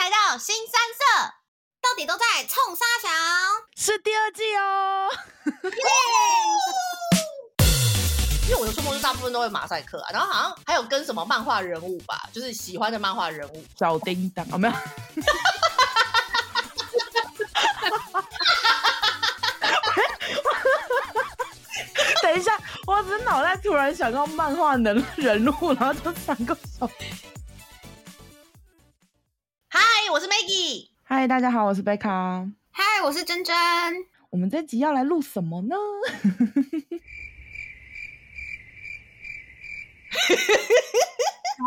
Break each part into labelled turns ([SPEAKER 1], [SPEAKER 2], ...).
[SPEAKER 1] 来到新三社，到底都在冲沙墙。
[SPEAKER 2] 是第二季哦。
[SPEAKER 3] 因为我的春梦就大部分都会马赛克啊，然后好像还有跟什么漫画人物吧，就是喜欢的漫画人物。
[SPEAKER 2] 小叮当，哦有没有？ 等一下，我只是脑袋突然想到漫画的人物，然后就想个手。
[SPEAKER 3] 嗨，我是 Maggie。
[SPEAKER 2] 嗨，大家好，我是贝卡。
[SPEAKER 1] 嗨，我是珍珍。
[SPEAKER 2] 我们这集要来录什 么呢？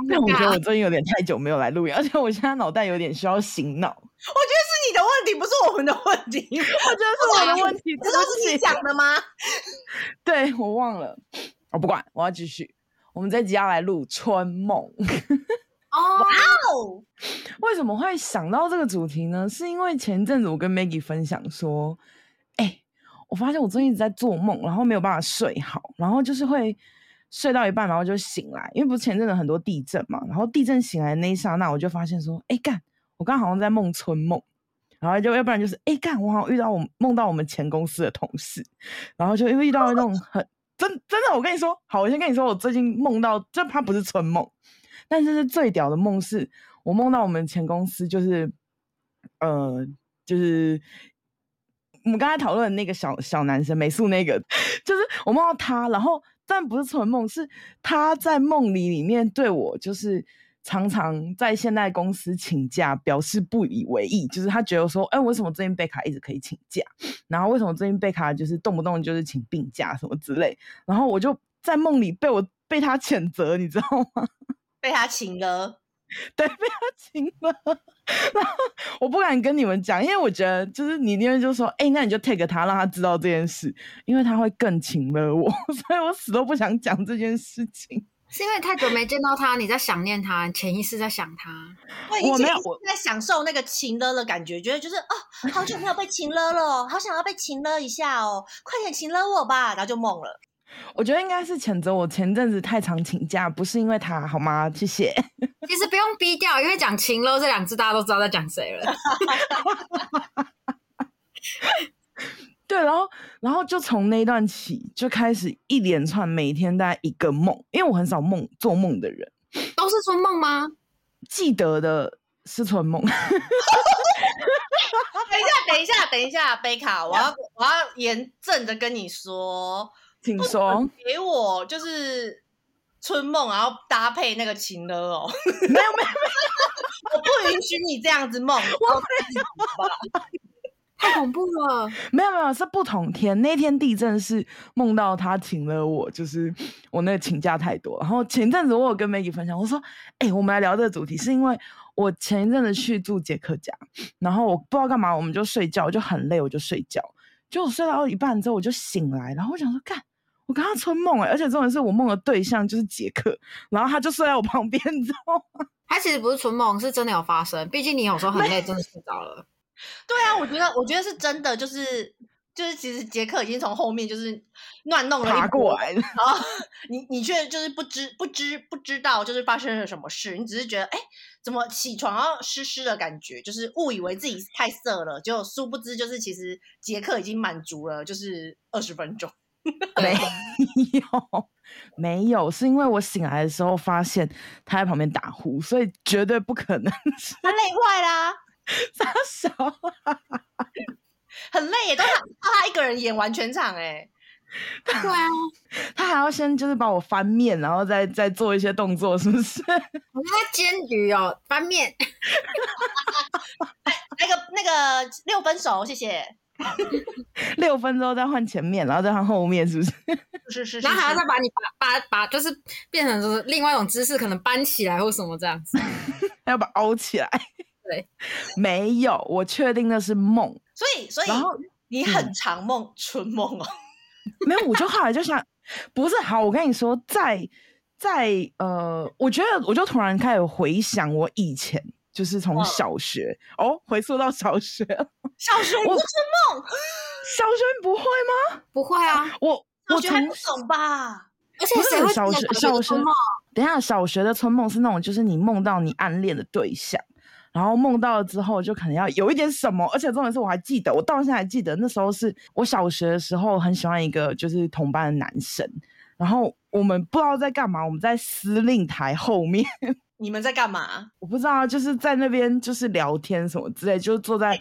[SPEAKER 2] 但我觉得我最近有点太久没有来录音，而且我现在脑袋有点需要醒脑。
[SPEAKER 3] 我觉得是你的问题，不是我们的问题。
[SPEAKER 2] 我觉得是我的问题，
[SPEAKER 3] 这都是你讲的吗？
[SPEAKER 2] 对我忘了，我不管，我要继续。我们这集要来录春梦。
[SPEAKER 1] 哦，
[SPEAKER 3] 哦，
[SPEAKER 2] 为什么会想到这个主题呢？是因为前阵子我跟 Maggie 分享说，哎、我发现我最近一直在做梦，然后没有办法睡好，然后就是会睡到一半，然后就醒来，因为不是前阵子很多地震嘛，然后地震醒来的那一刹那，我就发现说，哎、干，我刚刚好像在梦春梦。然后就要不然就是哎干，我好像遇到我梦到我们前公司的同事，然后就因为遇到那种很真真的，我跟你说，好，我先跟你说，我最近梦到，这它不是春梦，但是是最屌的梦是，我梦到我们前公司就是，呃，就是我们刚才讨论的那个小小男生美术那个，就是我梦到他，然后但不是纯梦，是他在梦里里面对我就是。常常在现在公司请假，表示不以为意，就是他觉得说，哎、为什么最近贝卡一直可以请假？然后为什么最近贝卡就是动不动就是请病假什么之类？然后我就在梦里被我被他谴责，你知道吗？
[SPEAKER 3] 被他请了。
[SPEAKER 2] 对，被他请了。 然后我不敢跟你们讲，因为我觉得就是你那边就说，哎、那你就 take 他，让他知道这件事，因为他会更请了我， 所以我死都不想讲这件事情。
[SPEAKER 1] 是因为太久没见到他，你在想念他，你潜意识在想他。
[SPEAKER 3] 我已经
[SPEAKER 2] 我没有
[SPEAKER 3] 一直在享受那个情了的感觉，觉得就是哦，好久没有被情了了哦，好想要被情了一下哦，快点情了我吧，然后就梦了。
[SPEAKER 2] 我觉得应该是谴责我前阵子太常请假，不是因为他，好吗？谢谢。
[SPEAKER 1] 其实不用逼掉，因为讲“情喽”这两字，大家都知道在讲谁了。
[SPEAKER 2] 对，然后然后就从那一段起就开始一连串每天大概一个梦，因为我很少梦做梦的人，
[SPEAKER 1] 都是春梦吗？
[SPEAKER 2] 记得的是春梦。
[SPEAKER 3] 啊等一下，等一下，等一下，贝卡，我要我要严正的跟你说，
[SPEAKER 2] 请说，
[SPEAKER 3] 给我就是春梦，然后搭配那个情了哦，
[SPEAKER 2] 没有没有，
[SPEAKER 3] 我不允许你这样子梦。我
[SPEAKER 1] 太恐怖了！
[SPEAKER 2] 没有没有，是不同天。那天地震是梦到他请了我，就是我那个请假太多。然后前阵子我有跟 Maggie 分享，我说：“哎、我们来聊这个主题，是因为我前一阵子去住杰克家，然后我不知道干嘛，我们就睡觉，我就很累，我就睡觉。就我睡到一半之后，我就醒来，然后我想说，干，我刚刚春梦哎、而且重点是我梦的对象就是杰克，然后他就睡在我旁边，你知道吗？
[SPEAKER 1] 他其实不是春梦，是真的有发生。毕竟你有时候很累，真的睡着了。
[SPEAKER 3] 对啊，我觉得我觉得是真的，就是就是其实杰克已经从后面就是乱弄了一
[SPEAKER 2] 爬过
[SPEAKER 3] 波，
[SPEAKER 2] 来了，
[SPEAKER 3] 然后你你却就是不知不知不知道就是发生了什么事，你只是觉得哎怎么起床然后湿湿的感觉，就是误以为自己太色了，结果殊不知就是其实杰克已经满足了就是二十分钟。
[SPEAKER 2] 没
[SPEAKER 1] 啊
[SPEAKER 2] 有，没有，是因为我醒来的时候发现他在旁边打呼，所以绝对不可能 是
[SPEAKER 3] 他累坏啦、
[SPEAKER 2] 他小。
[SPEAKER 3] 很累耶，都他靠他一个人演完全场哎。
[SPEAKER 1] 对啊，
[SPEAKER 2] 他还要先就是把我翻面，然后再再做一些动作，是不是？
[SPEAKER 1] 我在煎鱼哦，翻面。
[SPEAKER 3] 那个那个六分熟，谢谢。
[SPEAKER 2] 六分钟再换前面，然后再换后面，是不是？
[SPEAKER 3] 是是是，
[SPEAKER 1] 然后还要
[SPEAKER 3] 是
[SPEAKER 1] 再把你把把把，就是变成就是另外一种姿势，可能搬起来或什么这样子。
[SPEAKER 2] 还要把它凹起来。
[SPEAKER 1] 对，
[SPEAKER 2] 没有，我确定那是梦。
[SPEAKER 3] 所以所以
[SPEAKER 2] 然后
[SPEAKER 3] 你很常梦春梦哦。
[SPEAKER 2] 没有，我就后来就想，不是好，我跟你说，在在呃，我觉得我就突然开始回想我以前，就是从
[SPEAKER 3] 嗯
[SPEAKER 2] 小学、哦，回溯到小学，
[SPEAKER 3] 小熊不
[SPEAKER 2] 我
[SPEAKER 3] 春
[SPEAKER 2] 小学不会吗？
[SPEAKER 1] 不会 啊，
[SPEAKER 2] 我我
[SPEAKER 3] 梦，小学还
[SPEAKER 2] 从
[SPEAKER 3] 不懂吧？
[SPEAKER 1] 而
[SPEAKER 2] 不
[SPEAKER 1] 且
[SPEAKER 2] 是
[SPEAKER 1] 谁会
[SPEAKER 2] 小
[SPEAKER 1] 记
[SPEAKER 2] 学
[SPEAKER 1] 得
[SPEAKER 2] 小
[SPEAKER 1] 的
[SPEAKER 2] 学
[SPEAKER 1] 春梦？
[SPEAKER 2] 等一下小学的春梦是那种，就是你梦到你暗恋的对象，然后梦到了之后，就可能要有一点什么，而且重点是我还记得，我到现在还记得那时候是我小学的时候很喜欢一个就是同班的男生，然后我们不知道在干嘛，我们在司令台后面，
[SPEAKER 3] 你们在干嘛？
[SPEAKER 2] 我不知道就是在那边就是聊天什么之类，就是坐在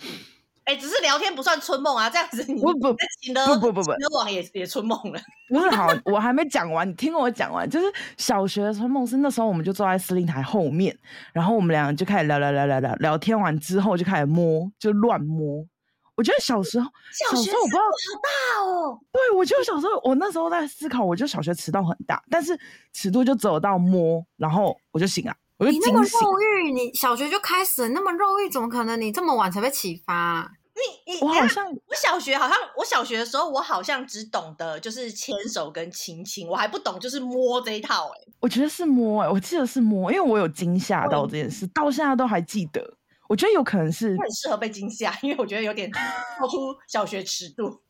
[SPEAKER 3] 哎，只是聊天不算春梦啊，这样子你
[SPEAKER 2] 不不
[SPEAKER 3] 在情
[SPEAKER 1] 哎
[SPEAKER 3] 的
[SPEAKER 2] 不不
[SPEAKER 1] 呃
[SPEAKER 2] 不不
[SPEAKER 3] 情的网也也春梦了。
[SPEAKER 2] 不是好， 我还没讲完，你听我讲完。就是小学的时候，梦是那时候我们就坐在司令台后面，然后我们俩就开始聊聊聊聊聊聊天完之后就开始摸，就乱摸。我觉得小时候，
[SPEAKER 3] 小
[SPEAKER 2] 小
[SPEAKER 3] 学
[SPEAKER 2] 时候我不知道，
[SPEAKER 3] 大哦，
[SPEAKER 2] 对我就小时候，我那时候在思考，我就小学迟到很大，但是尺度就只有到摸，然后我就醒了，啊我就
[SPEAKER 1] 你那么
[SPEAKER 2] 惊醒。
[SPEAKER 1] 肉欲，你小学就开始了那么肉欲，怎么可能你这么晚才被启发啊、
[SPEAKER 3] 你你
[SPEAKER 2] 我
[SPEAKER 3] 等
[SPEAKER 2] 好
[SPEAKER 3] 一下哎
[SPEAKER 2] 像
[SPEAKER 3] 我小学好像，我小学的时候，我好像只懂得就是牵手跟亲亲，我还不懂就是摸这一套、欸。
[SPEAKER 2] 我觉得是摸、欸，我记得是摸，因为我有惊吓到这件事，到现在都还记得。我觉得有可能是
[SPEAKER 3] 我很适合被惊吓，因为我觉得有点超出小学尺度。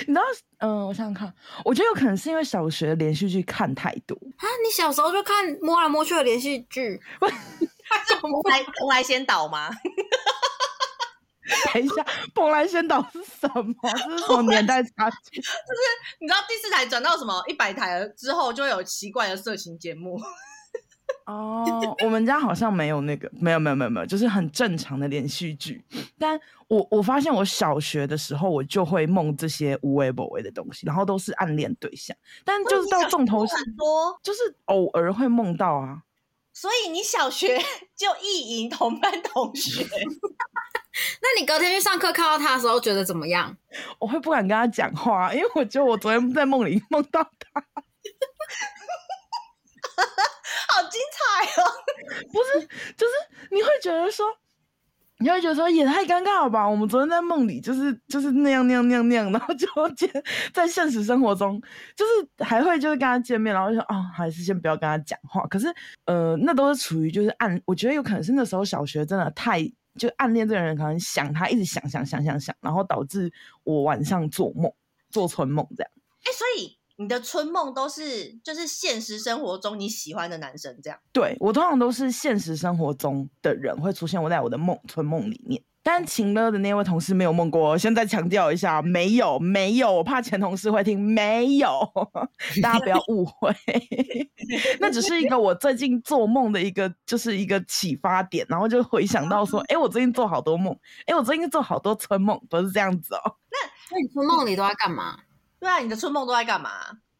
[SPEAKER 2] 你知道，嗯、我想想看，我觉得有可能是因为小学连续剧看太多，
[SPEAKER 1] 啊，你小时候就看摸来摸去的连续剧，
[SPEAKER 3] 蓬莱蓬莱仙岛吗？
[SPEAKER 2] 等一下，蓬莱仙岛是什么？这是什么年代差距？
[SPEAKER 3] 你知道第四台转到什么一百台了之后，就会有奇怪的色情节目。
[SPEAKER 2] 哦，我们家好像没有那个，没有没有没有没有，就是很正常的连续剧。但我我发现我小学的时候，我就会梦这些无微不微的东西，然后都是暗恋对象，但就是到重头戏，
[SPEAKER 3] 很多，
[SPEAKER 2] 就是偶尔会梦到啊。
[SPEAKER 3] 所以你小学 就意淫同班同学，
[SPEAKER 1] 那你隔天去上课看到他的时候，觉得怎么样？
[SPEAKER 2] 我会不敢跟他讲话，啊因为我觉得我昨天在梦里梦到他，
[SPEAKER 3] 好精彩哦！
[SPEAKER 2] 不是，就是你会觉得说， 你会觉得说也太尴尬了吧？我们昨天在梦里就是就是那样那样那样那样，然后就见在现实生活中就是还会就是跟他见面，然后就说哦，还是先不要跟他讲话。可是呃，那都是处于就是暗，我觉得有可能是那时候小学真的太。就暗恋这个人，可能想他，一直想想想想想，然后导致我晚上做梦，做春梦这样。
[SPEAKER 3] 哎、所以你的春梦都是就是现实生活中你喜欢的男生这样。
[SPEAKER 2] 对我通常都是现实生活中的人会出现我在我的梦春梦里面，但晴乐的那位同事没有梦过哦。现在强调一下，没有没有，我怕前同事会听，没有，大家不要误会， 那只是一个我最近做梦的一个就是一个启发点，然后就回想到说，哎、我最近做好多梦，哎、我最近做好多春梦，都是这样子哦。
[SPEAKER 1] 那你春梦里都在干嘛？
[SPEAKER 3] 对啊，你的春梦都在干嘛？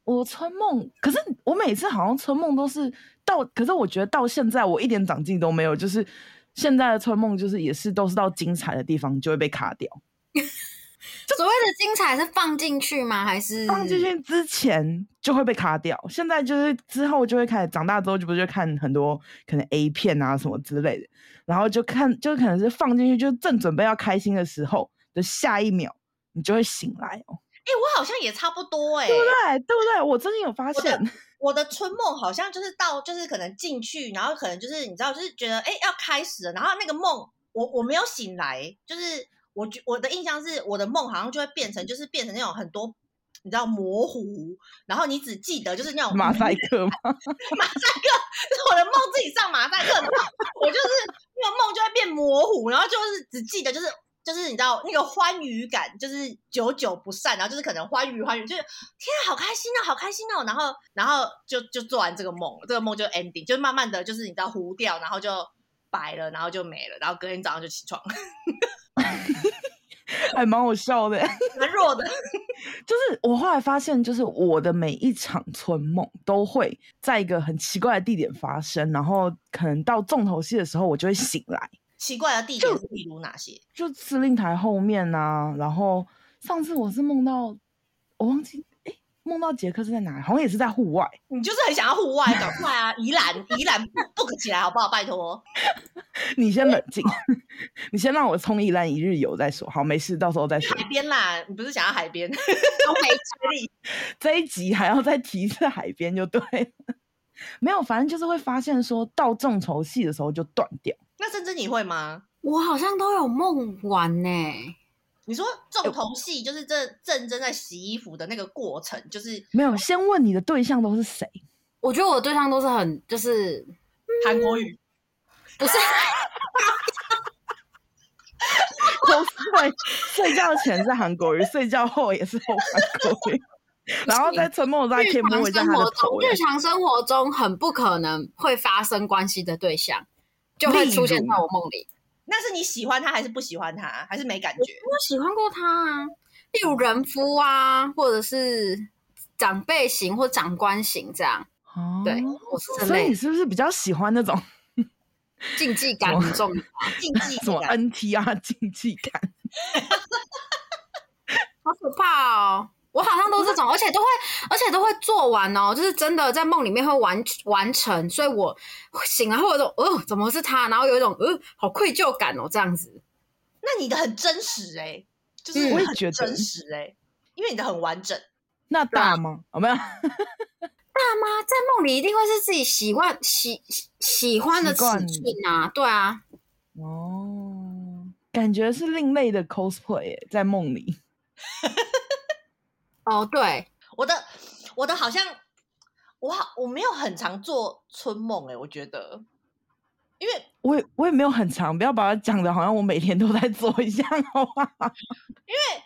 [SPEAKER 2] 我春梦，可是我每次好像春梦都是到，可是我觉得到现在我一点长进都没有，就是现在的春梦就是也是都是到精彩的地方就会被卡掉。
[SPEAKER 1] 所谓的精彩是放进去吗？还是
[SPEAKER 2] 放进去之前就会被卡掉，现在就是之后就会开始长大之后就不是就看很多可能 A 片啊什么之类的，然后就看就可能是放进去，就正准备要开心的时候的下一秒你就会醒来哦，
[SPEAKER 3] 哎、我好像也差不多哎、
[SPEAKER 2] 对不对？对不对？我最近有发
[SPEAKER 3] 的
[SPEAKER 2] 现。
[SPEAKER 3] 我的春梦好像就是到，就是可能进去，然后可能就是你知道，就是觉得哎、诶要开始了，然后那个梦我我没有醒来，就是我觉我的印象是我的梦好像就会变成就是变成那种很多你知道模糊，然后你只记得就是那种
[SPEAKER 2] 马
[SPEAKER 3] 马赛
[SPEAKER 2] 赛克吗？
[SPEAKER 3] 克，我的梦自己上马赛克，然后 我就是那个梦就会变模糊，然后就是只记得就是。就是你知道那个欢愉感，就是久久不散，然后就是可能欢愉欢愉，就是天啊，好开心哦，好开心哦，然后然后就就做完这个梦，这个梦就 ending，就慢慢的就是你知道糊掉，然后就白了，然后就没了，然后隔天早上就起床，
[SPEAKER 2] 还蛮好笑的。
[SPEAKER 3] 蛮弱的。
[SPEAKER 2] 就是我后来发现，就是我的每一场春梦都会在一个很奇怪的地点发生，然后可能到重头戏的时候，我就会醒来，
[SPEAKER 3] 奇怪的地点是例如哪些？
[SPEAKER 2] 就司令台后面啊。然后上次我是梦到，我忘记，哎、梦到杰克是在哪里？好像也是在户外。
[SPEAKER 3] 你就是很想要户外，赶快啊！宜兰，宜兰 book 起来好不好？拜托，
[SPEAKER 2] 你先冷静， 你先让我冲一烂一日游再说。好，没事，到时候再说。
[SPEAKER 3] 海边啦，你不是想要海边？
[SPEAKER 1] 都没
[SPEAKER 2] 这一集还要再提一次海边就对了。 没有，反正就是会发现说到重头戏的时候就断掉。
[SPEAKER 3] 那甚至你会吗？
[SPEAKER 1] 我好像都有梦完呢、
[SPEAKER 3] 你说
[SPEAKER 2] 哎
[SPEAKER 3] 重头戏就是这正正在洗衣服的那个过程，就是
[SPEAKER 2] 没有，先问你的对象都是谁？
[SPEAKER 1] 我觉得我对象都是很就是
[SPEAKER 3] 韩国语。
[SPEAKER 1] 不是不
[SPEAKER 2] 同时会睡觉前是韩国语，睡觉后也是后韩国语，然后在沉默中还可以
[SPEAKER 1] 日常
[SPEAKER 2] 摸一下
[SPEAKER 1] 生
[SPEAKER 2] 他的
[SPEAKER 1] 活
[SPEAKER 2] 头欸
[SPEAKER 1] 中，
[SPEAKER 2] 耶。
[SPEAKER 1] 日常生活中很不可能会发生关系的对象，就会出现在我梦里。
[SPEAKER 3] 那是你喜欢他还是不喜欢他，还是没感觉？
[SPEAKER 1] 我喜欢过他啊，例如人夫啊，或者是长辈型或长官型这样。
[SPEAKER 2] 哦
[SPEAKER 1] 对，我是这
[SPEAKER 2] 所以
[SPEAKER 1] 类
[SPEAKER 2] 你是不是比较喜欢那 种
[SPEAKER 1] 竞技感很重。
[SPEAKER 3] 禁忌
[SPEAKER 2] 什么
[SPEAKER 3] 感，
[SPEAKER 2] NT 啊竞技感？
[SPEAKER 1] 好可怕哦！我好像都这种，而且都会，而且都会做完哦，就是真的在梦里面会完完成，所以我醒来会有一种哦，怎么是他？然后有一种呃，好愧疚感哦，这样子。
[SPEAKER 3] 那你的很真实哎、就是
[SPEAKER 1] 嗯
[SPEAKER 3] 很
[SPEAKER 2] 我也觉得
[SPEAKER 3] 真实哎、因为你的很完整。
[SPEAKER 1] 啊
[SPEAKER 2] 那大吗？有没有？
[SPEAKER 1] 大啊妈在梦里一定会是自己喜欢喜喜喜欢的
[SPEAKER 2] 习
[SPEAKER 1] 尺
[SPEAKER 2] 惯
[SPEAKER 1] 寸啊，对啊，
[SPEAKER 2] 哦，感觉是另类的 cosplay，耶在梦里。
[SPEAKER 1] 哦对，
[SPEAKER 3] 我的我的好像我好我没有很常做春梦哎、我觉得，因为
[SPEAKER 2] 我也我也没有很长，不要把它讲的好像我每天都在做一样，好吧？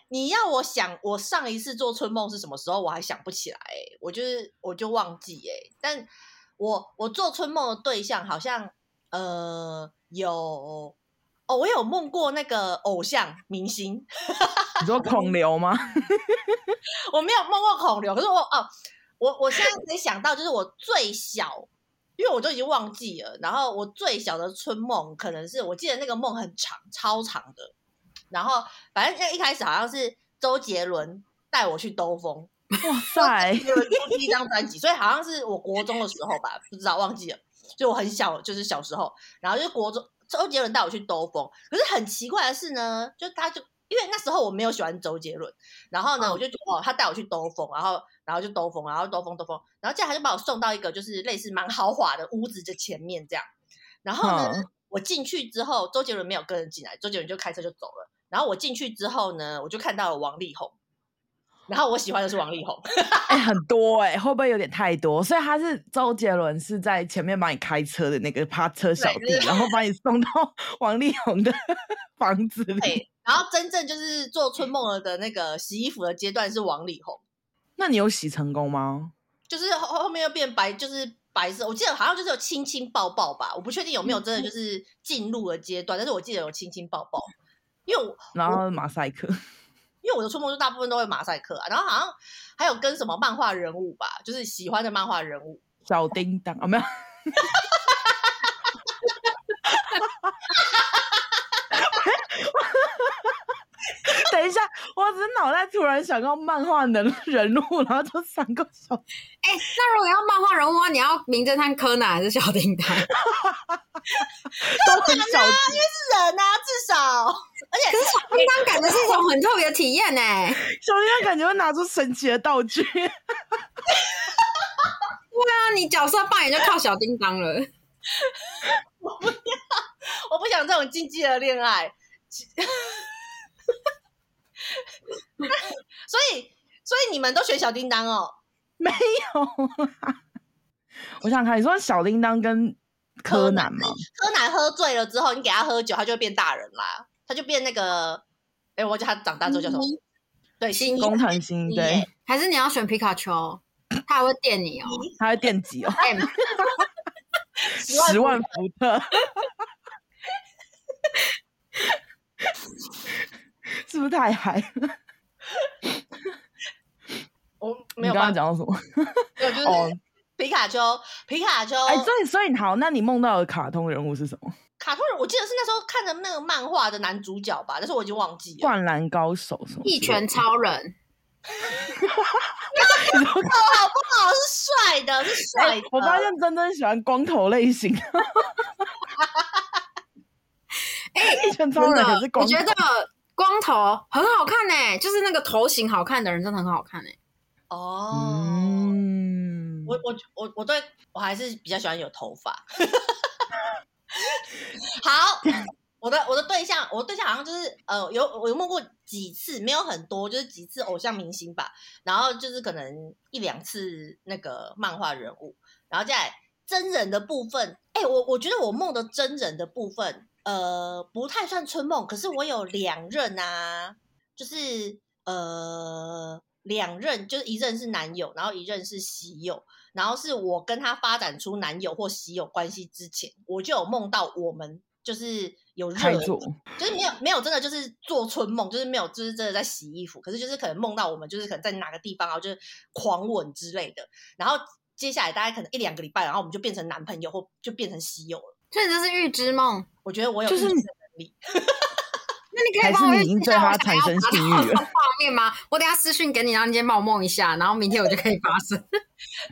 [SPEAKER 3] 你要我想，我上一次做春梦是什么时候，我还想不起来、欸，我就是我就忘记哎、但我我做春梦的对象好像呃有哦，我有梦过那个偶像明星，
[SPEAKER 2] 你说孔流 吗？
[SPEAKER 3] 我没有梦过孔刘，可是我哦，我我现在可以想到，就是我最小，因为我都已经忘记了。然后我最小的春梦，可能是我记得那个梦很长，超长的。然后反正一开始好像是周杰伦带我去兜风，
[SPEAKER 2] 哇塞！
[SPEAKER 3] 有出第一张专辑，所以好像是我国中的时候吧，不知道忘记了。就我很小，就是小时候，然后就是国中，周杰伦带我去兜风。可是很奇怪的是呢，就他就因为那时候我没有喜欢周杰伦，然后呢，
[SPEAKER 1] 嗯
[SPEAKER 3] 我就觉得哦，他带我去兜风，然后然后就兜风，然后兜风兜风，然后这样他就把我送到一个就是类似蛮豪华的屋子的前面这样。然后呢，
[SPEAKER 2] 嗯
[SPEAKER 3] 我进去之后，周杰伦没有跟着进来，周杰伦就开车就走了。然后我进去之后呢，我就看到了王力宏，然后我喜欢的是王力宏。
[SPEAKER 2] 哎、很多哎、会不会有点太多？所以他是周杰伦是在前面帮你开车的那个趴车小
[SPEAKER 3] 对
[SPEAKER 2] 弟
[SPEAKER 3] 就，是
[SPEAKER 2] 然后把你送到 王力宏的 房子里。
[SPEAKER 3] 对，然后真正就是做春梦儿的那个洗衣服的阶段是王力宏，
[SPEAKER 2] 那你有洗成功吗？
[SPEAKER 3] 就是后后面又变白，就是白色。我记得好像就是有亲亲抱抱吧，我不确定有没有真的就是进入了阶段，但是我记得有亲亲抱抱，因为我
[SPEAKER 2] 然后马赛克，
[SPEAKER 3] 因为我的春梦就大部分都会马赛克啊，然后好像还有跟什么漫画人物吧，就是喜欢的漫画人物，
[SPEAKER 2] 小叮当啊，没有。 等一下，我只是脑袋突然想到漫画的人物，然后就闪过小
[SPEAKER 1] 哎、那如果要漫画人物的话，你要名侦探柯南还是小叮当？ 可
[SPEAKER 2] 都很 小
[SPEAKER 3] 是人啊，至少
[SPEAKER 1] 是小叮当感觉是一种很特别的体验呢、
[SPEAKER 2] 小叮当，感觉会拿出神奇的道具。
[SPEAKER 1] 那啊你角色扮演就靠小叮当了。
[SPEAKER 3] 我不想这种禁忌的恋爱。 所以，所以你们都选小叮当哦。
[SPEAKER 2] 没有啦， 我想看，你说小叮当跟柯南吗？
[SPEAKER 3] 柯南喝醉了之后，你给他喝酒，他就会变大人啦，他就变那个，哎、我忘记他长大之后叫什么。
[SPEAKER 2] 嗯
[SPEAKER 3] 对，新一
[SPEAKER 2] 工藤新一对，
[SPEAKER 1] 还是你要选皮卡丘，他还会电你哦。
[SPEAKER 2] 他会电击哦，
[SPEAKER 1] 哎
[SPEAKER 2] 十万伏特， 是不是太嗨？
[SPEAKER 3] 我
[SPEAKER 2] 你
[SPEAKER 3] 没有
[SPEAKER 2] 刚刚
[SPEAKER 3] 办法，
[SPEAKER 2] 讲到什么？
[SPEAKER 3] 没有就是
[SPEAKER 2] 哦，
[SPEAKER 3] 皮卡丘，皮卡丘，
[SPEAKER 2] 哎，所以所以好，那你梦到的卡通人物是什么？
[SPEAKER 3] 卡通人，我记得是那时候看的那个漫画的男主角吧，但是我已经忘记了。
[SPEAKER 2] 灌篮高手什么？
[SPEAKER 1] 一拳超人，
[SPEAKER 3] 哦，是帅的，是帅
[SPEAKER 2] 哎
[SPEAKER 3] 的。
[SPEAKER 2] 我发现真真喜欢光头类型的，
[SPEAKER 1] 哎、
[SPEAKER 2] 一拳超
[SPEAKER 1] 真
[SPEAKER 2] 人可是，
[SPEAKER 1] 的我
[SPEAKER 2] 光头
[SPEAKER 1] 觉。得光头很好看呢、就是那个头型好看的人真的很好看呢、欸
[SPEAKER 3] 哦，
[SPEAKER 2] 嗯，
[SPEAKER 3] 我我我我对我还是比较喜欢有头发。 好，我的我的对象，我对象好像就是呃，有我有梦过几次，没有很多，就是几次偶像明星吧，然后就是可能一两次那个漫画人物，然后再来真人的部分，哎、我我觉得我梦的真人的部分呃不太算春梦，可是我有两任啊，就是呃两任，就是一任是男友，然后一任是喜友，然后是我跟他发展出男友或喜友关系之前，我就有梦到我们就是有热
[SPEAKER 2] 开 做，
[SPEAKER 3] 就是没有没有真的就是做春梦，就是没有就是真的在洗衣服，可是就是可能梦到我们就是可能在哪个地方，然后就是狂吻之类的，然后接下来大概可能一两个礼拜，然后我们就变成男朋友或就变成喜友了。
[SPEAKER 1] 所以这是预知梦。
[SPEAKER 3] 我觉得我有
[SPEAKER 2] 就是
[SPEAKER 3] 预知
[SPEAKER 2] 你
[SPEAKER 3] 能力，
[SPEAKER 1] 那你可
[SPEAKER 2] 还
[SPEAKER 1] 以
[SPEAKER 2] 是
[SPEAKER 1] 帮我
[SPEAKER 2] 你
[SPEAKER 1] 预
[SPEAKER 2] 已经
[SPEAKER 1] 知一
[SPEAKER 2] 对
[SPEAKER 1] 下
[SPEAKER 2] 他
[SPEAKER 1] 我想
[SPEAKER 2] 产
[SPEAKER 1] 要
[SPEAKER 2] 生
[SPEAKER 1] 达
[SPEAKER 2] 性
[SPEAKER 1] 到
[SPEAKER 2] 欲
[SPEAKER 1] 的
[SPEAKER 2] 了
[SPEAKER 1] 画面吗？我等一下私讯给你，然后你今天帮我梦一下，然后明天我就可以发生。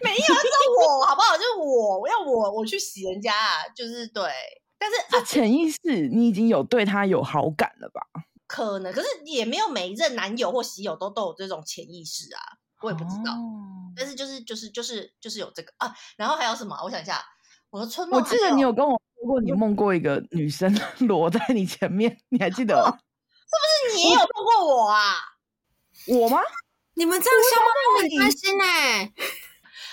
[SPEAKER 3] 没有，这是我好不好？就是我，我要我我去洗人家，啊，就是对，但是
[SPEAKER 2] 这潜意识你已经有对他有好感了吧？
[SPEAKER 3] 可能可是也没有每一任男友或喜友都都有这种潜意识啊，我也不知道。
[SPEAKER 2] 哦
[SPEAKER 3] 但是就是就是就是就是有这个啊，然后还有什么啊？我想一下，我说春梦
[SPEAKER 2] 我
[SPEAKER 3] 还，
[SPEAKER 2] 记得你有跟我说过，你梦过一个女生 裸在你前面，你还记得
[SPEAKER 3] 你也有梦过我啊。
[SPEAKER 2] 我吗？
[SPEAKER 1] 你们这样笑吗？我很
[SPEAKER 2] 里
[SPEAKER 1] 开心哎、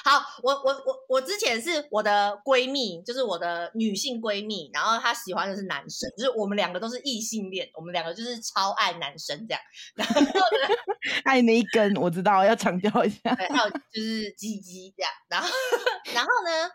[SPEAKER 3] 好，我我我我之前是我的闺蜜，就是我的女性闺蜜，然后她喜欢的是男生，就是我们两个都是异性恋，我们两个就是超爱男生这样。
[SPEAKER 2] 爱那一根，我知道要强调一下。
[SPEAKER 3] 对，还有就是鸡鸡这样。然后， 然后呢，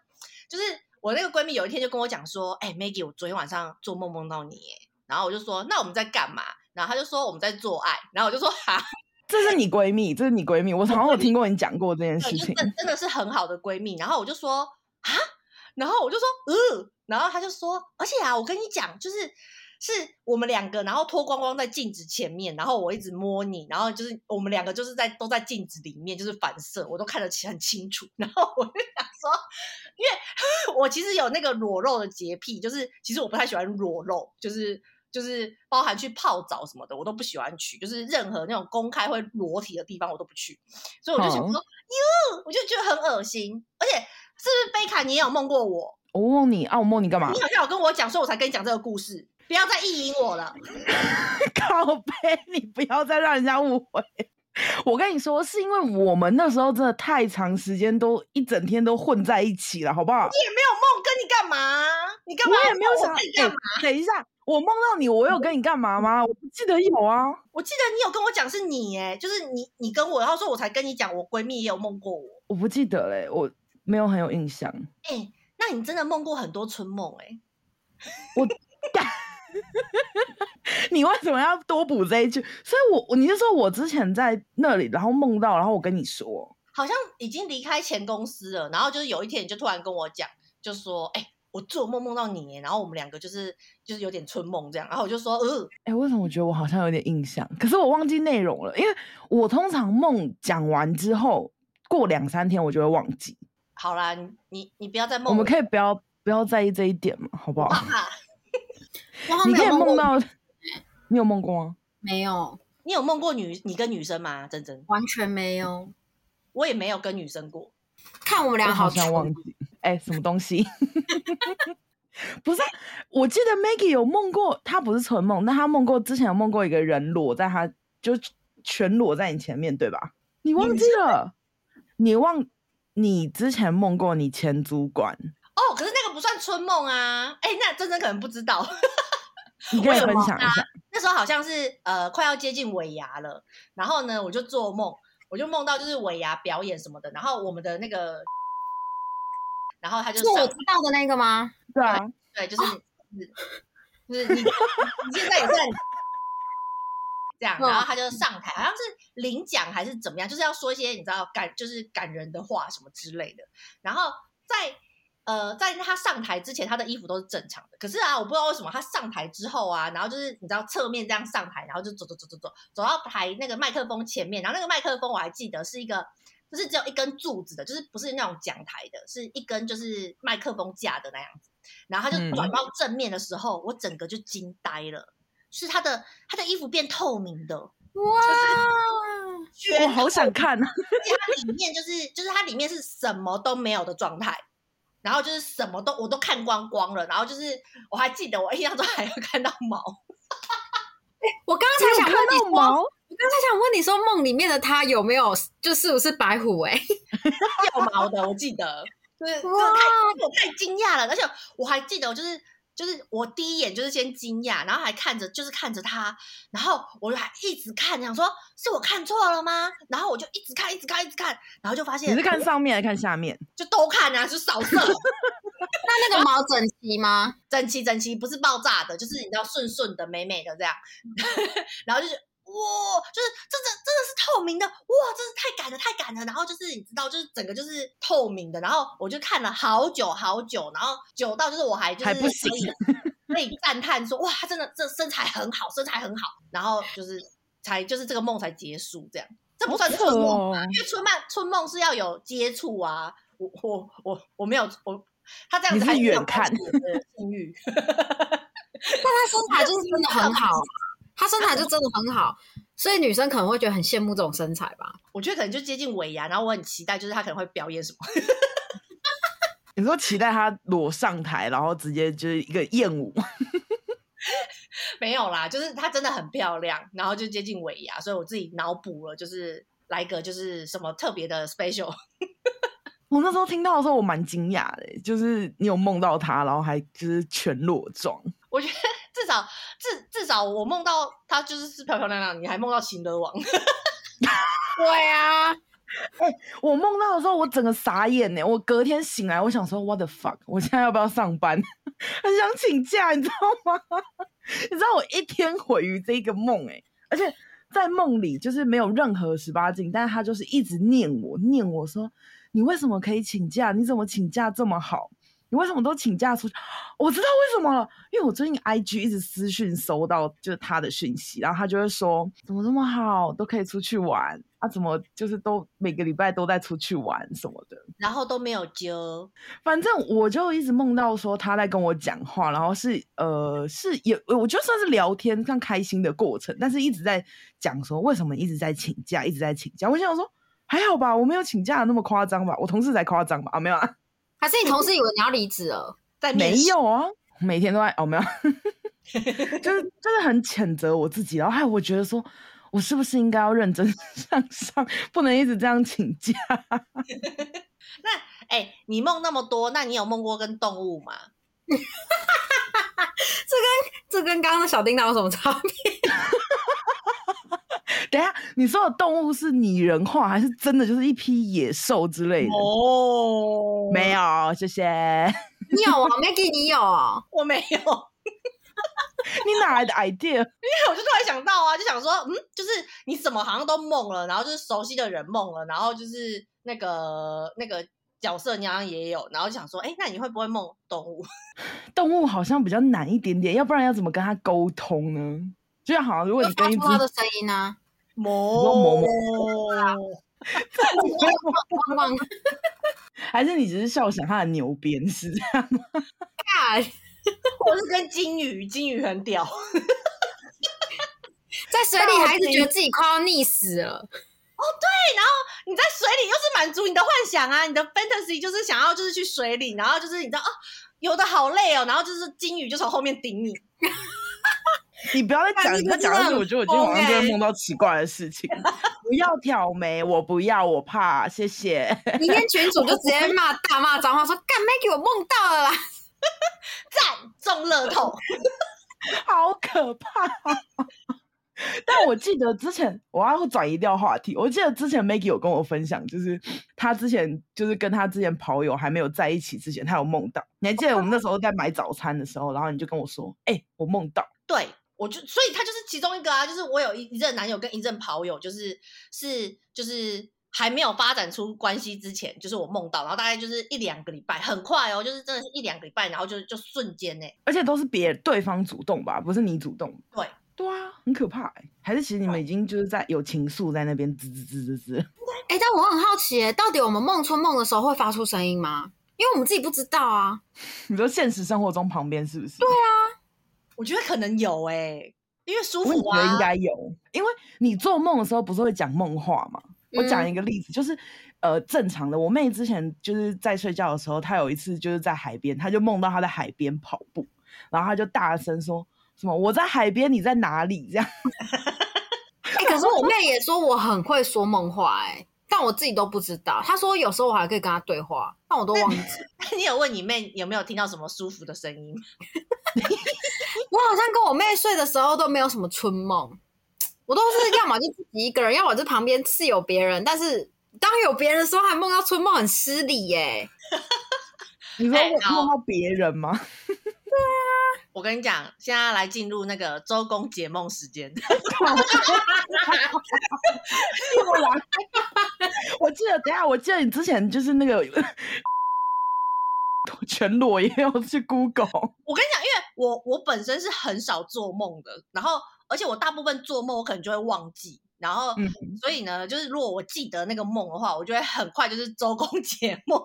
[SPEAKER 3] 就是我那个闺蜜有一天就跟我讲说：“哎、m a g g i e 我昨天晚上做梦梦到你耶。”然后我就说：“那我们在干嘛？”然后她就说：“我们在做爱。”然后我就说：“哈，
[SPEAKER 2] 这是你闺蜜，这是你闺蜜，我好像有听过你讲过这件
[SPEAKER 3] 对，
[SPEAKER 2] 事
[SPEAKER 3] 就
[SPEAKER 2] 情
[SPEAKER 3] 真。真的是很好的闺蜜。然后我就说啊，然后我就说嗯，然后她就说，而且啊，我跟你讲，就是是我们两个，然后脱光光在镜子前面，然后我一直摸你，然后就是我们两个就是在都在镜子里面，就是反射，我都看得清很清楚。然后我就想说，因为 我其实有那个裸露的洁癖，就是其实我不太喜欢裸露，就是。就是包含去泡澡什么的，我都不喜欢去，就是任何那种公开会裸体的地方，我都不去。所以我就想
[SPEAKER 2] 好
[SPEAKER 3] 说，哟，我就觉得很恶心。而且是不是贝卡你也有梦过我？
[SPEAKER 2] 我问你啊，我梦你干嘛
[SPEAKER 3] 你？好像有跟我讲，所以我才跟你讲这个故事。不要再意淫我了，
[SPEAKER 2] 靠背，你不要再让人家误会。 我跟你说，是因为我们那时候真的太长时间都一整天都混在一起了，好不好？
[SPEAKER 3] 也没有梦跟你干嘛？你干嘛？
[SPEAKER 2] 我也没有想，
[SPEAKER 3] 我跟你干
[SPEAKER 2] 哎
[SPEAKER 3] 嘛？
[SPEAKER 2] 等一下，我梦到你，我有跟你干嘛吗？ 我不记得有啊。
[SPEAKER 3] 我记得你有跟我讲是你哎、就是你你跟我，然后说我才跟你讲，我闺蜜也有梦过我。
[SPEAKER 2] 我不记得嘞、我没有很有印象。
[SPEAKER 3] 哎、那你真的梦过很多春梦哎、
[SPEAKER 2] 你为什么要多补这一句？所以我，我你是说我之前在那里，然后梦到，然后我跟你说，
[SPEAKER 3] 好像已经离开前公司了，然后就是有一天你就突然跟我讲，就说哎、我做梦梦到你耶、然后我们两个就是就是有点春梦这样，然后我就说呃，
[SPEAKER 2] 哎、为什么我觉得我好像有点印象？可是我忘记内容了，因为我通常梦讲完之后，过两三天我就会忘记。
[SPEAKER 3] 好啦，你你你不要再梦哦
[SPEAKER 2] 我们
[SPEAKER 3] 以
[SPEAKER 2] 可以不要不要在意这一点嘛，好不好？
[SPEAKER 1] 我好像
[SPEAKER 2] 你
[SPEAKER 1] 没
[SPEAKER 2] 可以
[SPEAKER 1] 有
[SPEAKER 2] 梦
[SPEAKER 1] 过，
[SPEAKER 2] 到，你有梦过吗？
[SPEAKER 1] 没有，
[SPEAKER 3] 你有梦过女你跟女生吗？珍珍，
[SPEAKER 1] 完全没有。我
[SPEAKER 3] 我也没有跟女生过。
[SPEAKER 1] 看我们
[SPEAKER 2] 我
[SPEAKER 1] 俩
[SPEAKER 2] 好
[SPEAKER 1] 蠢
[SPEAKER 2] 像，忘记，哎、什么东西？ 不是，我记得 Maggie 有梦过，她不是纯梦，但她梦过之前有梦过一个人裸在她，就全裸在你前面，对吧？你忘记了？你忘？你之前梦过你前主管，
[SPEAKER 3] 哦，可是那个不算春梦啊！哎、那珍珍可能不知道，
[SPEAKER 2] 你可以
[SPEAKER 3] 有
[SPEAKER 2] 分
[SPEAKER 3] 梦
[SPEAKER 2] 享一下。
[SPEAKER 3] 那时候好像是呃快要接近尾牙了，然后呢我就做梦，我就梦到就是尾牙表演什么的，然后我们的那个，然后他就是
[SPEAKER 1] 我
[SPEAKER 3] 上
[SPEAKER 1] 知道的那个吗？
[SPEAKER 2] 对啊，
[SPEAKER 3] 对，就是你、就是就是你你现在也在这样，然后他就上台，好像是领奖还是怎么样，就是要说一些你知道感就是感人的话什么之类的。然后在呃在他上台之前，他的衣服都是正常的。可是啊，我不知道为什么他上台之后啊，然后就是你知道侧面这样上台，然后就走走走走走走到台那个麦克风前面，然后那个麦克风我还记得是一个。就是只有一根柱子的，就是不是那种讲台的，是一根就是麦克风架的那样子。然后他就
[SPEAKER 2] 嗯
[SPEAKER 3] 转到正面的时候，我整个就惊呆了，是他的他的衣服变透明的，
[SPEAKER 1] 哇，
[SPEAKER 2] 我好想看啊！
[SPEAKER 3] 而且它里面就是就是它里面是什么都没有的状态，然后就是什么都我都看光光了，然后就是我还记得我印象中还有看到毛，
[SPEAKER 1] 我刚
[SPEAKER 2] 你有
[SPEAKER 1] 才想
[SPEAKER 2] 看
[SPEAKER 1] 问你
[SPEAKER 2] 到
[SPEAKER 1] 说，
[SPEAKER 2] 毛，
[SPEAKER 1] 我刚才想问你说梦里面的他有没有就是不是白虎、欸？哎，
[SPEAKER 3] 掉毛的，我记得。就是，真的
[SPEAKER 1] 哇
[SPEAKER 3] 太我太惊讶了，而且我还记得，我就是就是我第一眼就是先惊讶，然后还看着就是看着他，然后我就还一直看，想说是我看错了吗？然后我就一直看，一直看，一直看，然后就发
[SPEAKER 2] 你
[SPEAKER 3] 现
[SPEAKER 2] 是看上面还是看下面？
[SPEAKER 3] 就都看啊，就扫射，
[SPEAKER 1] 那那个毛整齐吗？
[SPEAKER 3] 整齐整齐，不是爆炸的，就是你知道顺顺的、美美的这样，
[SPEAKER 2] 嗯
[SPEAKER 3] 然后就是。哇，就是这这真的是透明的，哇，真是太赶了，太赶了。然后就是你知道，就是整个就是透明的。然后我就看了好久好久，然后久到就是我还就是
[SPEAKER 2] 还不行
[SPEAKER 3] 可以，可以赞叹说哇，他真的这身材很好，身材很好。然后就是才就是这个梦才结束，这样这不
[SPEAKER 2] 好
[SPEAKER 3] 算
[SPEAKER 2] 扯
[SPEAKER 3] 春梦
[SPEAKER 2] 哦！
[SPEAKER 3] 因为春梦春梦是要有接触啊，我我我我没有我他这样
[SPEAKER 2] 你
[SPEAKER 3] 子
[SPEAKER 2] 是
[SPEAKER 3] 还
[SPEAKER 2] 远
[SPEAKER 3] 挑战
[SPEAKER 2] 看
[SPEAKER 3] 我的性欲，
[SPEAKER 1] 但他身材就是真的很好，他身材就真的很好，所以女生可能会觉得很羡慕这种身材吧。
[SPEAKER 3] 我觉得可能就接近尾牙，然后我很期待，就是他可能会表演什么，
[SPEAKER 2] 你说期待他裸上台，然后直接就是一个艳舞，
[SPEAKER 3] 没有啦，就是她真的很漂亮，然后就接近尾牙，所以我自己脑补了，就是来个就是什么特别的 special，
[SPEAKER 2] 我那时候听到的时候，我蛮惊讶的，欸就是你有梦到他，然后还就是全裸妆，
[SPEAKER 3] 我觉得至少至至少我梦到他就是是漂漂亮亮，你还梦到秦德王，
[SPEAKER 1] 对啊，
[SPEAKER 2] 我梦到的时候，我整个傻眼欸呢。我隔天醒来，我想说，what the fuck，我现在要不要上班？ 很想请假，你知道吗？ 你知道我一天毁于这个梦哎，而且在梦里就是没有任何十八禁，但是他就是一直念我，念我说你为什么可以请假？你怎么请假这么好？你为什么都请假出去？我知道为什么了，因为我最近 IG 一直私讯收到就是他的讯息，然后他就会说怎么这么好，都可以出去玩啊，怎么就是都每个礼拜都在出去玩什么的。
[SPEAKER 3] 然后都没有揪，
[SPEAKER 2] 反正我就一直梦到说他在跟我讲话，然后是呃是也我觉得算是聊天算开心的过程，但是一直在讲说为什么一直在请假，一直在请假。我想说还好吧，我没有请假的那么夸张吧，我同事才夸张吧啊没有啊，
[SPEAKER 1] 还是你同事以为你要离职了？
[SPEAKER 3] 在面
[SPEAKER 2] 没
[SPEAKER 3] 试
[SPEAKER 2] 有啊，每天都在哦没 有，就是真的很谴责我自己，然后还有我觉得说我是不是应该要认真 向上，不能一直这样请假。
[SPEAKER 3] 哎、你梦那么多，那你有梦过跟动物吗？
[SPEAKER 1] 这跟刚刚的小叮当有什么差别？
[SPEAKER 2] 等一下，你说的动物是拟人化，还是真的就是一批野兽之类的？
[SPEAKER 3] 哦
[SPEAKER 2] 嗯没，有，谢谢。
[SPEAKER 1] 你有哦，Maggie，你有哦。
[SPEAKER 3] 我没有，因为
[SPEAKER 2] 你哪来的 idea？
[SPEAKER 3] 我就突然想到啊，就想说，嗯，就是你怎么好像都梦了，然后就是熟悉的人梦了，然后就是那个那个角色你好像也有，然后就想说，哎、那你会不会梦动物？
[SPEAKER 2] 动物好像比较难一点点，要不然要怎么跟它沟通呢？就好像如果
[SPEAKER 1] 会
[SPEAKER 2] 你
[SPEAKER 1] 发
[SPEAKER 2] 跟一
[SPEAKER 1] 出
[SPEAKER 2] 只
[SPEAKER 1] 他的声音啊呢、
[SPEAKER 3] 某
[SPEAKER 2] 某某
[SPEAKER 1] 汪汪
[SPEAKER 2] 还是你只是笑想它的牛鞭是这样？
[SPEAKER 1] 干，
[SPEAKER 3] 或是跟金鱼，金鱼很屌，哦，
[SPEAKER 1] 在水里还一直觉得自己快要溺死了。
[SPEAKER 3] 对，然后你在水里又是满足你的幻想啊，你的 fantasy 就是想要就是去水里，然后就是你知道哦，游的好累哦，然后就是金鱼就从后面顶你，
[SPEAKER 2] 你不要再讲，
[SPEAKER 1] 哎
[SPEAKER 2] 你
[SPEAKER 1] 这
[SPEAKER 2] 再
[SPEAKER 1] 个
[SPEAKER 2] 讲下去，我觉得我今天晚上就
[SPEAKER 1] 真的
[SPEAKER 2] 会
[SPEAKER 1] 很疯哎
[SPEAKER 2] 梦到奇怪的事情。 不要挑眉，我不要，我怕，谢谢。
[SPEAKER 1] 明天群主就直接骂大骂脏话，说干 Maggie 我梦到 了啦。
[SPEAKER 3] 赞中乐透，
[SPEAKER 2] 好可怕！但我记得之前，我要转移掉话题。我记得之前 Maggie 有跟我分享，就是她之前就是跟她之前跑友还没有在一起之前，她有梦到。你还记得我们那时候在买早餐的时候，然后你就跟我说：“哎、我梦到。
[SPEAKER 3] 对我就所以他就是其中一个啊，就是我有一一任男友跟一任跑友，就是是就是还没有发展出关系之前，就是我梦到，然后大概就是一两个礼拜，很快哦，就是真的是一两个礼拜，然后就就瞬间呢、”
[SPEAKER 2] 而且都是别对方主动吧，不是你主动。
[SPEAKER 3] 对
[SPEAKER 2] 对啊，很可怕、欸。还是其实你们已经就是在有情愫在那边滋滋滋滋滋。
[SPEAKER 1] 哎、但我很好奇耶，到底我们梦春梦的时候会发出声音吗？因为我们自己不知道啊。
[SPEAKER 2] 你说现实生活中旁边是不是？对啊，
[SPEAKER 3] 我觉得可能有哎、因为舒
[SPEAKER 2] 我也
[SPEAKER 3] 服
[SPEAKER 2] 觉得
[SPEAKER 3] 啊，
[SPEAKER 2] 应该有，因为你做梦的时候不是会讲梦话吗？我讲
[SPEAKER 1] 嗯
[SPEAKER 2] 一个例子，就是呃，正常的，我妹之前就是在睡觉的时候，她有一次就是在海边，她就梦到她在海边跑步，然后她就大声说什么“我在海边，你在哪里？”这样，
[SPEAKER 1] 哎、可是我妹也说我很会说梦话、哎，但我自己都不知道。她说有时候我 还可以跟她对话，但我都忘记。
[SPEAKER 3] 你有问你妹有没有听到什么舒服的声音？
[SPEAKER 1] 我好像跟我妹睡的时候都没有什么春梦，我都是要么就自己一个人，要么就旁边是有别人。但是当有别人的时候，还梦到春梦，很失礼哎耶、
[SPEAKER 2] 你说
[SPEAKER 3] 哎
[SPEAKER 2] 我
[SPEAKER 3] 好
[SPEAKER 2] 梦到别人吗？
[SPEAKER 3] 我跟你讲，现在来进入那个周公解梦时间。
[SPEAKER 2] 我来， 我记得，等一下，我记得你之前就是那个 全裸也有去 Google，
[SPEAKER 3] 我跟你讲，因为我我本身是很少做梦的，然后而且我大部分做梦我可能就会忘记，然后、
[SPEAKER 2] 嗯
[SPEAKER 3] 所以呢，就是如果我记得那个梦的话，我就会很快就是周公 解梦。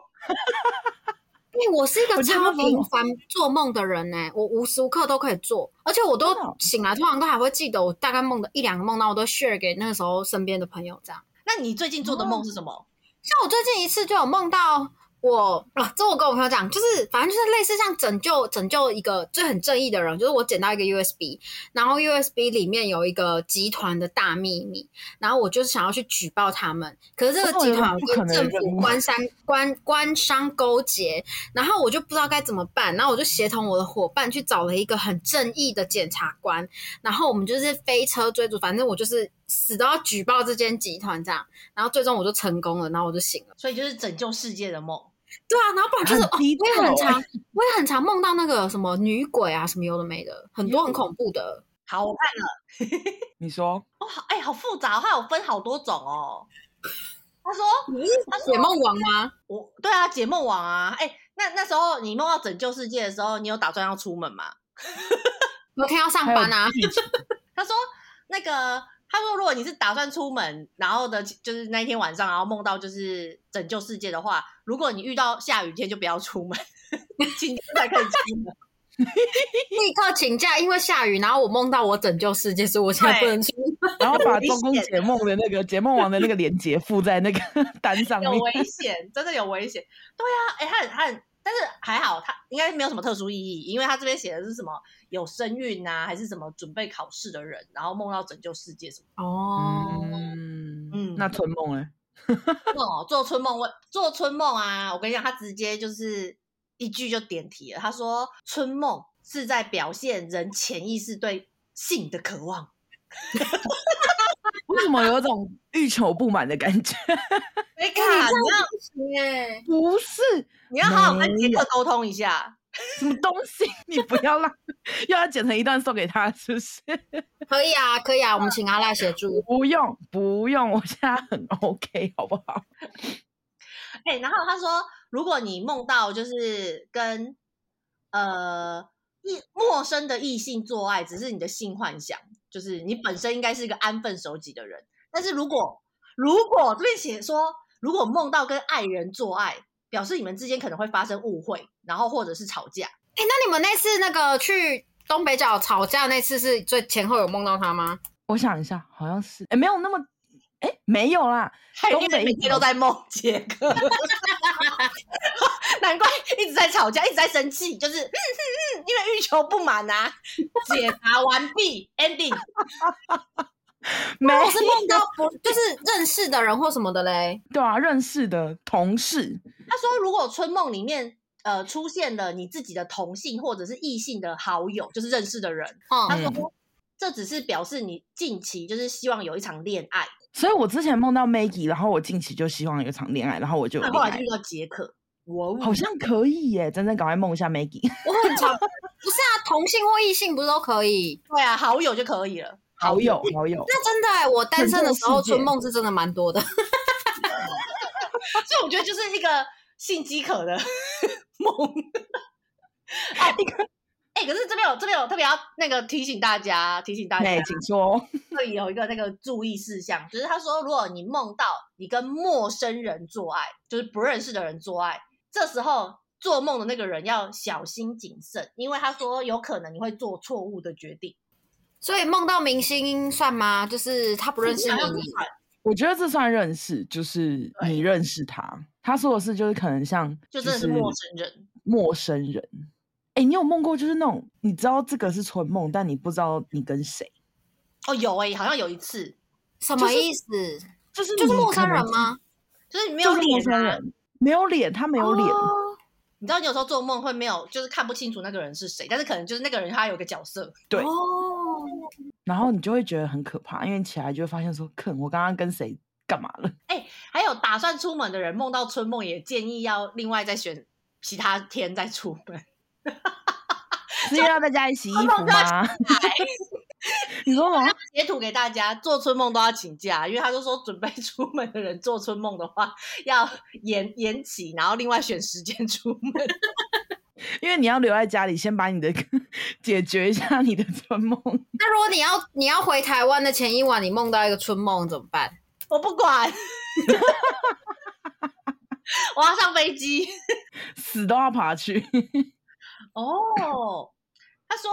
[SPEAKER 1] 因为我是一
[SPEAKER 2] 我
[SPEAKER 1] 个
[SPEAKER 2] 记得那
[SPEAKER 1] 超
[SPEAKER 2] 时候
[SPEAKER 1] 频繁做梦的人呢、我无时无刻都可以做，而且我都
[SPEAKER 2] 真的哦
[SPEAKER 1] 醒来，通常都还会记得我大概梦的一两个梦，然后我都 share 给那时候身边的朋友这样。
[SPEAKER 3] 那你最近做的梦是什么？
[SPEAKER 1] 哦像我最近一次就有梦到我啊，这我跟我朋友讲，就是反正就是类似像拯救拯救一个就很正义的人，就是我捡到一个 USB，然后 USB 里面有一个集团的大秘密，然后我就是想要去举报他们，可是哦这个集团有跟政府官商官官商勾结，然后我就不知道该怎么办，然后我就协同我的伙伴去找了一个很正义的检察官，然后我们就是飞车追逐，反正我就是死都要举报这间集团这样。然后最终我就成功了，然后我就醒了。
[SPEAKER 3] 所以就是拯救世界的梦。
[SPEAKER 1] 对啊，然后不然就是、
[SPEAKER 2] 很
[SPEAKER 1] 哦、
[SPEAKER 2] 低
[SPEAKER 1] 我也很
[SPEAKER 2] 调欸
[SPEAKER 1] 常，我也很常梦到那个什么女鬼啊，什么有的没的，很多很恐怖的。
[SPEAKER 3] 好，我看了，
[SPEAKER 2] 你说
[SPEAKER 3] 哦，好，哎、好复杂哦，它有分好多种哦。他说
[SPEAKER 1] 你是解梦王吗？
[SPEAKER 3] 我对啊，解梦网啊，哎、那那时候你梦到拯救世界的时候，你有打算要出门吗？
[SPEAKER 1] 我天要上
[SPEAKER 2] 还有
[SPEAKER 1] 班啊，
[SPEAKER 2] 剧情
[SPEAKER 3] 他说那个，他说如果你是打算出门，然后的，就是那一天晚上，然后梦到就是拯救世界的话，如果你遇到下雨天就不要出门， 今天才可以出门。
[SPEAKER 1] 立刻请假，因为下雨。然后我梦到我拯救世界，所以我现在不能出。
[SPEAKER 2] 然后把
[SPEAKER 3] 危
[SPEAKER 2] 周公
[SPEAKER 3] 险
[SPEAKER 2] 解梦的那个解梦王的那个链接附在那个 单上
[SPEAKER 3] 有
[SPEAKER 2] 面。
[SPEAKER 3] 危险，真的有危险。对啊，哎、他很他很，但是还好，他应该没有什么特殊意义，因为他这边写的是什么有身孕啊，还是什么准备考试的人，然后梦到拯救世界什么
[SPEAKER 1] 哦，
[SPEAKER 2] 嗯
[SPEAKER 3] 嗯，
[SPEAKER 2] 那春梦哎，
[SPEAKER 3] 的。哦，做春梦，我做春梦啊！我跟你讲，他直接就是一句就点题了。他说，春梦是在表现人潜意识对性的渴望。
[SPEAKER 2] 为什么有一种欲求不满的感觉？
[SPEAKER 3] 没
[SPEAKER 1] 哎、
[SPEAKER 3] 看，你
[SPEAKER 1] 你这
[SPEAKER 3] 要
[SPEAKER 1] 样不行 哎、
[SPEAKER 2] 不是
[SPEAKER 3] 你要好好跟杰
[SPEAKER 2] 没
[SPEAKER 3] 克沟通一下。
[SPEAKER 2] 什么东西，你不要让， 要他剪成一段送给他，是不是？
[SPEAKER 1] 可以啊，可以啊，我们请阿赖协助。
[SPEAKER 2] 不用不用，我现在很 OK，好不好？
[SPEAKER 3] 哎、然后他说，如果你梦到就是跟呃异陌生的异性做爱，只是你的性幻想，就是你本身应该是一个安分守己的人，但是如果如果这边写说，如果梦到跟爱人做爱，表示你们之间可能会发生误会，然后或者是吵架。
[SPEAKER 1] 哎、那你们那次那个去东北角吵架那次是最前后有梦到他吗？
[SPEAKER 2] 我想一下，好像是，哎，没有那么，哎，没有啦，
[SPEAKER 3] 嘿
[SPEAKER 2] 东
[SPEAKER 3] 因
[SPEAKER 2] 北
[SPEAKER 3] 为每
[SPEAKER 2] 一
[SPEAKER 3] 天
[SPEAKER 2] 条
[SPEAKER 3] 都在梦杰 克，难怪一直在吵架，一直在生气，就是嗯嗯嗯，因为欲求不满啊。解答完毕，ending。啊
[SPEAKER 2] 没
[SPEAKER 1] 我是梦到不就是认识的人或什么的嘞。
[SPEAKER 2] 对啊，认识的同事，
[SPEAKER 3] 他说，如果春梦里面呃出现了你自己的同性或者是异性的好友，就是认识的人，
[SPEAKER 1] 嗯，
[SPEAKER 3] 他说、
[SPEAKER 2] 嗯
[SPEAKER 3] 这只是表示你近期就是希望有一场恋爱，
[SPEAKER 2] 所以我之前梦到 Maggie，然后我近期就希望有场恋爱，然后我就有
[SPEAKER 3] 那后
[SPEAKER 2] 恋
[SPEAKER 3] 来就
[SPEAKER 2] 爱
[SPEAKER 3] 遇，到杰克，我
[SPEAKER 2] 好像可以耶，真正赶快梦一下 Maggie，
[SPEAKER 1] 我很常不是啊，同性或异性不是都可以？
[SPEAKER 3] 对啊，好友就可以了。
[SPEAKER 2] 好友好友，
[SPEAKER 1] 那真的、欸，我单身的时候
[SPEAKER 2] 拯救世界
[SPEAKER 1] 春梦是真的蛮多的。
[SPEAKER 3] 所以我觉得就是一个性饥渴的 梦。哎、哎、可是这边有这边有特别要那个提醒大家，提醒大家
[SPEAKER 2] 哎，，请说，
[SPEAKER 3] 这里有一个那个注意事项，就是他说，如果你梦到你跟陌生人做爱，就是不认识的人做爱，这时候做梦的那个人要小心谨慎，因为他说有可能你会做错误的决定。
[SPEAKER 1] 所以梦到明星算吗？就是他不认识
[SPEAKER 3] 想要
[SPEAKER 1] 你，
[SPEAKER 2] 我觉得这算认识，就是你认识他，他说的是就是可能像
[SPEAKER 3] 就真的是陌生人，
[SPEAKER 2] 陌生人。哎、你有梦过就是那种你知道这个是春梦，但你不知道你跟谁，
[SPEAKER 3] 哦，有哎、好像有一次，
[SPEAKER 1] 什么意思？
[SPEAKER 2] 就是
[SPEAKER 1] 就是
[SPEAKER 2] 你
[SPEAKER 1] 陌
[SPEAKER 2] 可
[SPEAKER 1] 生
[SPEAKER 2] 能
[SPEAKER 1] 人
[SPEAKER 2] 是？
[SPEAKER 1] 吗？
[SPEAKER 3] 就是你没
[SPEAKER 2] 就
[SPEAKER 3] 有
[SPEAKER 2] 是陌
[SPEAKER 3] 脸
[SPEAKER 2] 生
[SPEAKER 3] 啊，
[SPEAKER 2] 人，没有脸，他没有脸，
[SPEAKER 1] 哦
[SPEAKER 3] 你知道，你有时候做梦会没有，就是看不清楚那个人是谁，但是可能就是那个人他有个角色，
[SPEAKER 2] 对
[SPEAKER 1] 哦，
[SPEAKER 2] 然后你就会觉得很可怕，因为起来就会发现说，坑我刚刚跟谁干嘛了？
[SPEAKER 3] 还有打算出门的人梦到春梦，也建议要另外再选其他天再出门。
[SPEAKER 2] 是要在家里洗衣服吗？你说吗？
[SPEAKER 3] 截图给大家，做春梦都要请假，因为他就说准备 出门的人做春梦的话要延延期，然后另外选时间出门。
[SPEAKER 2] 因为你要留在家里，先把你的解决一下你的春梦。
[SPEAKER 1] 那如果你要你要回台湾的前一晚，你梦到一个春梦怎么办？
[SPEAKER 3] 我不管， 我要上飞机。
[SPEAKER 2] 死都要爬去。
[SPEAKER 3] 哦， 他说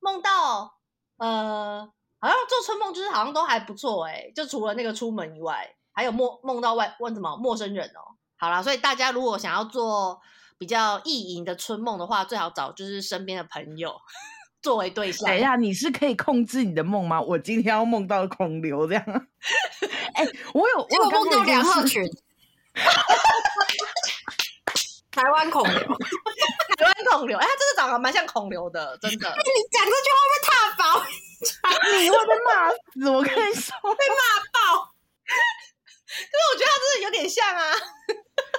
[SPEAKER 3] 梦到呃，好像做春梦就是好像都还不错哎、就除了那个出门以外，还有梦梦到外问什么陌生人哦。好啦，所以大家如果想要做比较意淫的春梦的话，最好找就是身边的朋友作为对象
[SPEAKER 2] 等一。下，你是可以控制你的梦吗？我今天要梦到空流这样。哎、我有，
[SPEAKER 1] 结
[SPEAKER 2] 我有
[SPEAKER 1] 果梦
[SPEAKER 2] 到
[SPEAKER 1] 到梁鹤群，台 湾恐流。你
[SPEAKER 3] 台湾孔刘，哎、他真的长得蛮像孔刘的，真的。
[SPEAKER 1] 讲这句话会不会踏薄？
[SPEAKER 2] 你会被骂死！我跟你说，
[SPEAKER 3] 可是我觉得他真的有点像啊。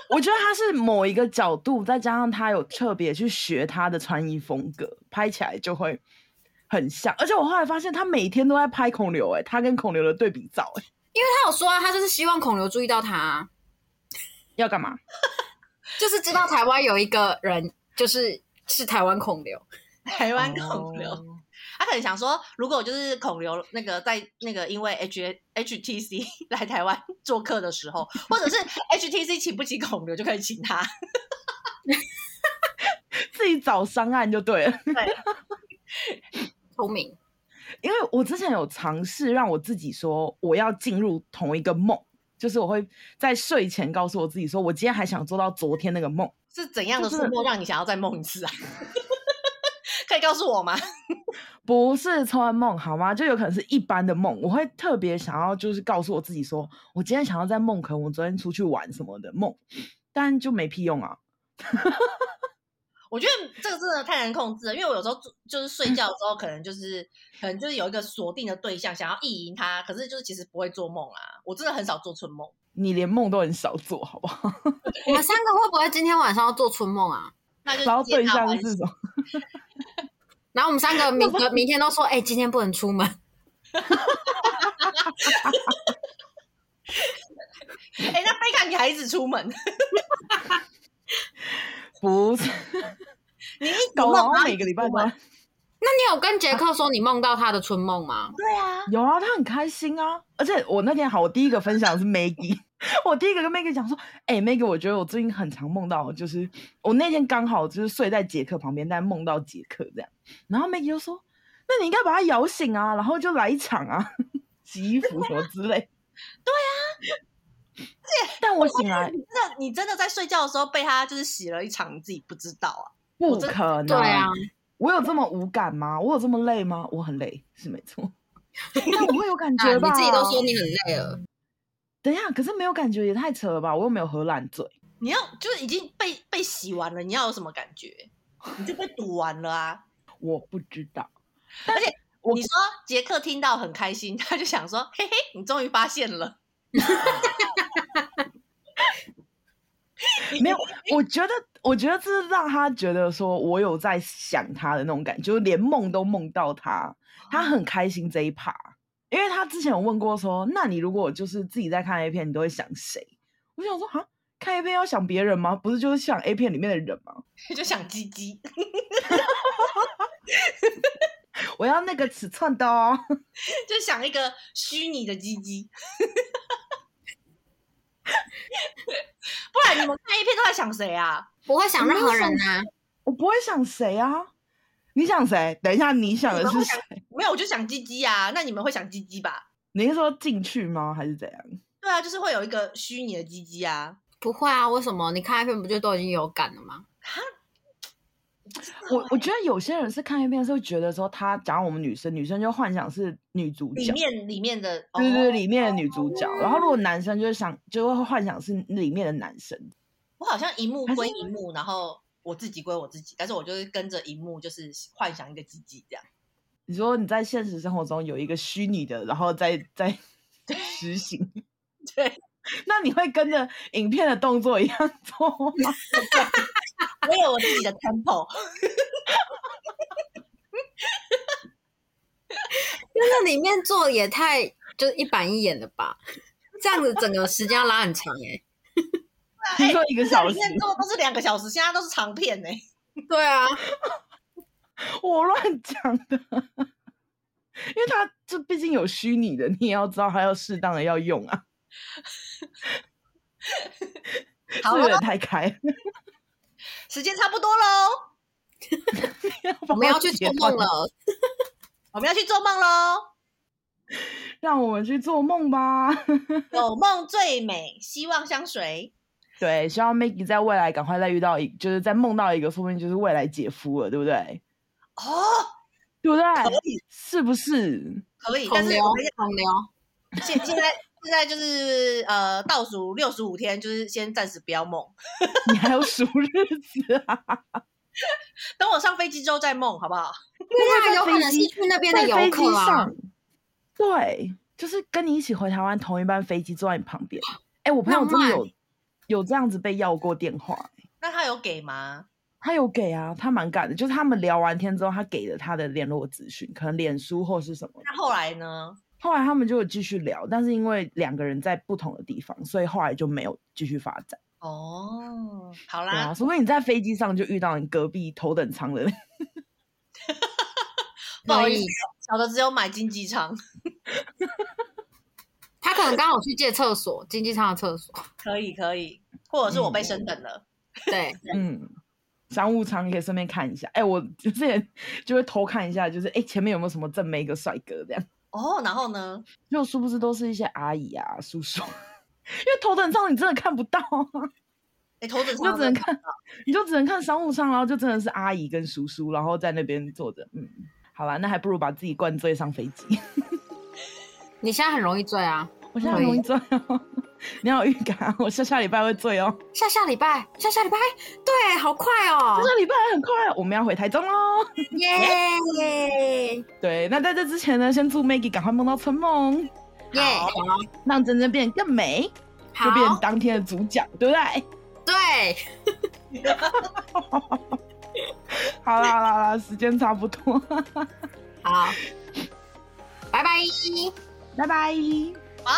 [SPEAKER 2] 我觉得他是某一个角度，再加上他有特别去学他的穿衣风格，拍起来就会很像。而且我后来发现，他每天都在拍孔刘，哎，他跟孔刘的对比照，哎，
[SPEAKER 1] 他有说啊，他就是希望孔流注意到他啊，
[SPEAKER 2] 要干嘛？
[SPEAKER 1] 就是知道台湾有一个人，就是是台湾孔流。
[SPEAKER 3] 台湾孔刘。
[SPEAKER 2] 哦
[SPEAKER 3] 他可能想说，如果就是孔刘那个在那个因为 H HTC 来台湾做客的时候，或者是 HTC 请不起孔刘，就可以请他。
[SPEAKER 2] 自己找商案就对了。
[SPEAKER 1] 聪明，
[SPEAKER 2] 因为我之前有尝试让我自己说我要进入同一个梦，就是我会在睡前告诉我自己说，我今天还想做到昨天那个梦。
[SPEAKER 3] 是怎样的
[SPEAKER 2] 就
[SPEAKER 3] 突
[SPEAKER 2] 是
[SPEAKER 3] 破让你想要再梦一次啊？ 可以告诉我吗？
[SPEAKER 2] 不是超人梦好吗？就有可能是一般的梦，我会特别想要就是告诉我自己说，我今天想要在梦，可能我昨天出去玩什么的梦，但就没屁用啊。
[SPEAKER 3] 我觉得这个真的太难控制了，因为我有时候做就是睡觉的时候，可能就是可能就是有一个锁定的对象，想要意淫他，可是就是其实不会做梦啊。我真的很少做春梦，
[SPEAKER 2] 你连梦都很少做，好不好？
[SPEAKER 1] 我们三个会不会今天晚上要做春梦啊？
[SPEAKER 3] 那就
[SPEAKER 2] 然后
[SPEAKER 3] 皆
[SPEAKER 2] 对
[SPEAKER 3] 大
[SPEAKER 2] 象
[SPEAKER 3] 欢
[SPEAKER 2] 是
[SPEAKER 3] 喜
[SPEAKER 2] 什么？
[SPEAKER 1] 然后我们三个 明隔明天都说，哎、今天不能出 门。
[SPEAKER 3] 哎、那贝卡你还一直出门，
[SPEAKER 2] 不是，
[SPEAKER 3] 你一直
[SPEAKER 2] 搞
[SPEAKER 3] 梦
[SPEAKER 2] 完
[SPEAKER 3] 然后
[SPEAKER 2] 每个礼拜都
[SPEAKER 3] 出门
[SPEAKER 1] 那你有跟杰克说你梦到他的春梦吗？
[SPEAKER 3] 对啊，
[SPEAKER 2] 有啊，他很开心啊。而且我那天好，我第一个分享的是 Maggie，我 第一个跟 Maggie 讲说，哎、m a g g i e 我觉得我最近很常梦到，就是我那天刚好就是睡在杰克旁边，但梦到杰克这样，然后 Maggie 就说，那你应该把他摇醒啊，然后就来一场啊，洗衣服什么之 类。对啊，但我醒来
[SPEAKER 3] 哎你真的，你真的在睡觉的时候被他就是洗了一场，你自己不知道啊。
[SPEAKER 2] 不
[SPEAKER 3] 我真
[SPEAKER 2] 可能，
[SPEAKER 1] 对啊，
[SPEAKER 2] 我有这么无感吗？我有这么累吗？我很累，是没 错。但我会有感
[SPEAKER 1] 啊，
[SPEAKER 2] 觉
[SPEAKER 1] 你
[SPEAKER 2] 吧？
[SPEAKER 1] 自己都说你很累了，
[SPEAKER 2] 等一下，可是没有感觉也太扯了吧？我又没有荷兰嘴。
[SPEAKER 3] 你要就是已经被被洗完了，你要有什么感觉？你就被堵完了啊！
[SPEAKER 2] 我不知道，我
[SPEAKER 3] 你说杰克听到很开心，他就想说：“嘿嘿，你终于发现了。
[SPEAKER 2] 没有，我觉得，我觉得这是让他觉得说我有在想他的那种感觉，就是连梦都梦到他，他很开心这一趴。因为他之前有问过说，那你如果就是自己在看 A 片，你都会想谁？我想说啊，看 A 片要想别人吗？不是就是想 A 片里面的人吗？”
[SPEAKER 3] 就想鸡鸡，
[SPEAKER 2] 我要那个尺寸的哦。
[SPEAKER 3] 就想一个虚拟的鸡鸡。不然你们看 A 片都在想谁啊？
[SPEAKER 1] 不会想任何人啊。
[SPEAKER 2] 我不会想谁啊？你想谁？等一下，你想的
[SPEAKER 3] 你
[SPEAKER 2] 是
[SPEAKER 3] 们
[SPEAKER 2] 谁？
[SPEAKER 3] 没有，我就想鸡鸡啊。那你们会想鸡鸡吧？
[SPEAKER 2] 你是说进去吗？还是怎样？
[SPEAKER 3] 对啊，就是会有一个虚拟的鸡鸡啊。
[SPEAKER 1] 不会啊，为什么？你看 A 片不就都已经有感了吗？
[SPEAKER 2] 我我觉得有些人是看 A 片的时候觉得说，他假如我们女生，女生就幻想是女主
[SPEAKER 3] 里
[SPEAKER 2] 角，
[SPEAKER 3] 面里面的，
[SPEAKER 2] 对对对，
[SPEAKER 3] 哦，
[SPEAKER 2] 里面的女主角。然后如果男生就是想，就会幻想是里面的男生。
[SPEAKER 3] 我好像一幕
[SPEAKER 2] 还是
[SPEAKER 3] 归
[SPEAKER 2] 因
[SPEAKER 3] 一幕，然后我自己归我自己，但是我就是跟着一幕，就是幻想一个自己这样。
[SPEAKER 2] 你说你在现实生活中有一个虚拟的，然后再再 实 行，
[SPEAKER 3] 对，
[SPEAKER 2] 那你会跟着影片的动作一样做吗？
[SPEAKER 3] 我有我自己的 tempo，
[SPEAKER 1] 那里面做也太就是一板一眼了吧？这样子整个时间要拉很长哎、
[SPEAKER 2] 听说 一个小
[SPEAKER 3] 里
[SPEAKER 2] 时，
[SPEAKER 3] 面做都是两个小时，现在都是长片 呢、
[SPEAKER 1] 对啊，
[SPEAKER 2] 我乱讲的， 因为它这毕竟有虚拟的，你也要知道它要适当的要用啊，
[SPEAKER 3] 好
[SPEAKER 2] 这有点
[SPEAKER 3] 了，
[SPEAKER 2] 太开了，
[SPEAKER 3] 哦时间差不多喽，
[SPEAKER 1] 我们要去
[SPEAKER 2] 解
[SPEAKER 1] 做梦
[SPEAKER 2] 放
[SPEAKER 1] 了。
[SPEAKER 3] 我们要去做梦喽。
[SPEAKER 2] 让我们去做梦吧。
[SPEAKER 3] 有梦最美，希望相随。
[SPEAKER 2] 对，希望 Maggie 在未来赶快再遇到一，就是再梦到一个，说不定就是未来姐夫了，对不对？
[SPEAKER 3] 哦，
[SPEAKER 2] 对不对？
[SPEAKER 3] 可以，
[SPEAKER 2] 是不是？
[SPEAKER 3] 可以，
[SPEAKER 1] 孔
[SPEAKER 3] 但是
[SPEAKER 1] 牛
[SPEAKER 2] 哦
[SPEAKER 3] 我们，
[SPEAKER 1] 孔牛，
[SPEAKER 3] 现现在现在就是呃倒数六十五天，就是先暂时不要梦，
[SPEAKER 2] 你还有数日子啊？
[SPEAKER 3] 等我上飞机之后再梦，好不好？
[SPEAKER 1] 对
[SPEAKER 2] 在
[SPEAKER 1] 啊，有
[SPEAKER 2] 飞
[SPEAKER 1] 可能是
[SPEAKER 2] 机
[SPEAKER 1] 去那边的
[SPEAKER 2] 在
[SPEAKER 1] 游
[SPEAKER 2] 飞机
[SPEAKER 1] 客啊
[SPEAKER 2] 上。，对，就是跟你一起回台湾同一班飞机坐在你旁边。哎，我朋友真的
[SPEAKER 1] 浪
[SPEAKER 2] 有有这样子被要过电话，
[SPEAKER 3] 那他有给吗？
[SPEAKER 2] 他有给啊，他蛮敢的。就是他们聊完天之后，他给了他的联络资讯，可能脸书或是什么。
[SPEAKER 3] 那后来呢？
[SPEAKER 2] 后来他们就有继续聊，但是因为两个人在不同的地方，所以后来就没有继续发展。
[SPEAKER 3] 哦，好
[SPEAKER 2] 对啊，
[SPEAKER 3] 啦，
[SPEAKER 2] 除非你在飞机上就遇到你隔壁头等舱的人，
[SPEAKER 3] 不好
[SPEAKER 1] 所
[SPEAKER 3] 意
[SPEAKER 1] 以
[SPEAKER 3] 思小的只有买经济舱，
[SPEAKER 1] 他可能刚好去借厕所，经济舱的厕所。
[SPEAKER 3] 可以可以，或者是我被升等了。
[SPEAKER 1] 对，
[SPEAKER 2] 嗯，商务舱可以顺便看一下。哎、我之前 就会偷看一下，就是哎、前面有没有什么正妹跟帅哥这样，
[SPEAKER 3] 哦，然后呢？
[SPEAKER 2] 就殊不知都是一些阿姨啊、叔叔，因为头等舱你真的看不到、啊，
[SPEAKER 3] 哎，头等
[SPEAKER 2] 你就
[SPEAKER 3] 舱
[SPEAKER 2] 只能
[SPEAKER 3] 真的
[SPEAKER 2] 看，你就只能看商务舱，然后就真的是阿姨跟叔叔，然后在那边坐着，嗯。好啦，那还不如把自己灌醉上飞机。
[SPEAKER 1] 你现在很容易醉啊，
[SPEAKER 2] 我现在很容易醉哦， 你要有预感啊，我下下礼拜会醉哦。
[SPEAKER 1] 下下礼拜，下下礼拜，对，好快哦
[SPEAKER 2] 下，下礼拜很快，啊我们要回台中喽。
[SPEAKER 1] 耶耶
[SPEAKER 2] 对，那在这之前呢，先祝 Maggie 赶快梦到春梦，
[SPEAKER 1] 好，
[SPEAKER 2] 让真真变得更美，就变
[SPEAKER 1] 好，
[SPEAKER 2] 当天的主角，对不对？
[SPEAKER 1] 对，
[SPEAKER 2] 好啦好啦好啦，时间差不多，
[SPEAKER 1] 好，拜拜。
[SPEAKER 2] 拜拜。
[SPEAKER 3] 啊。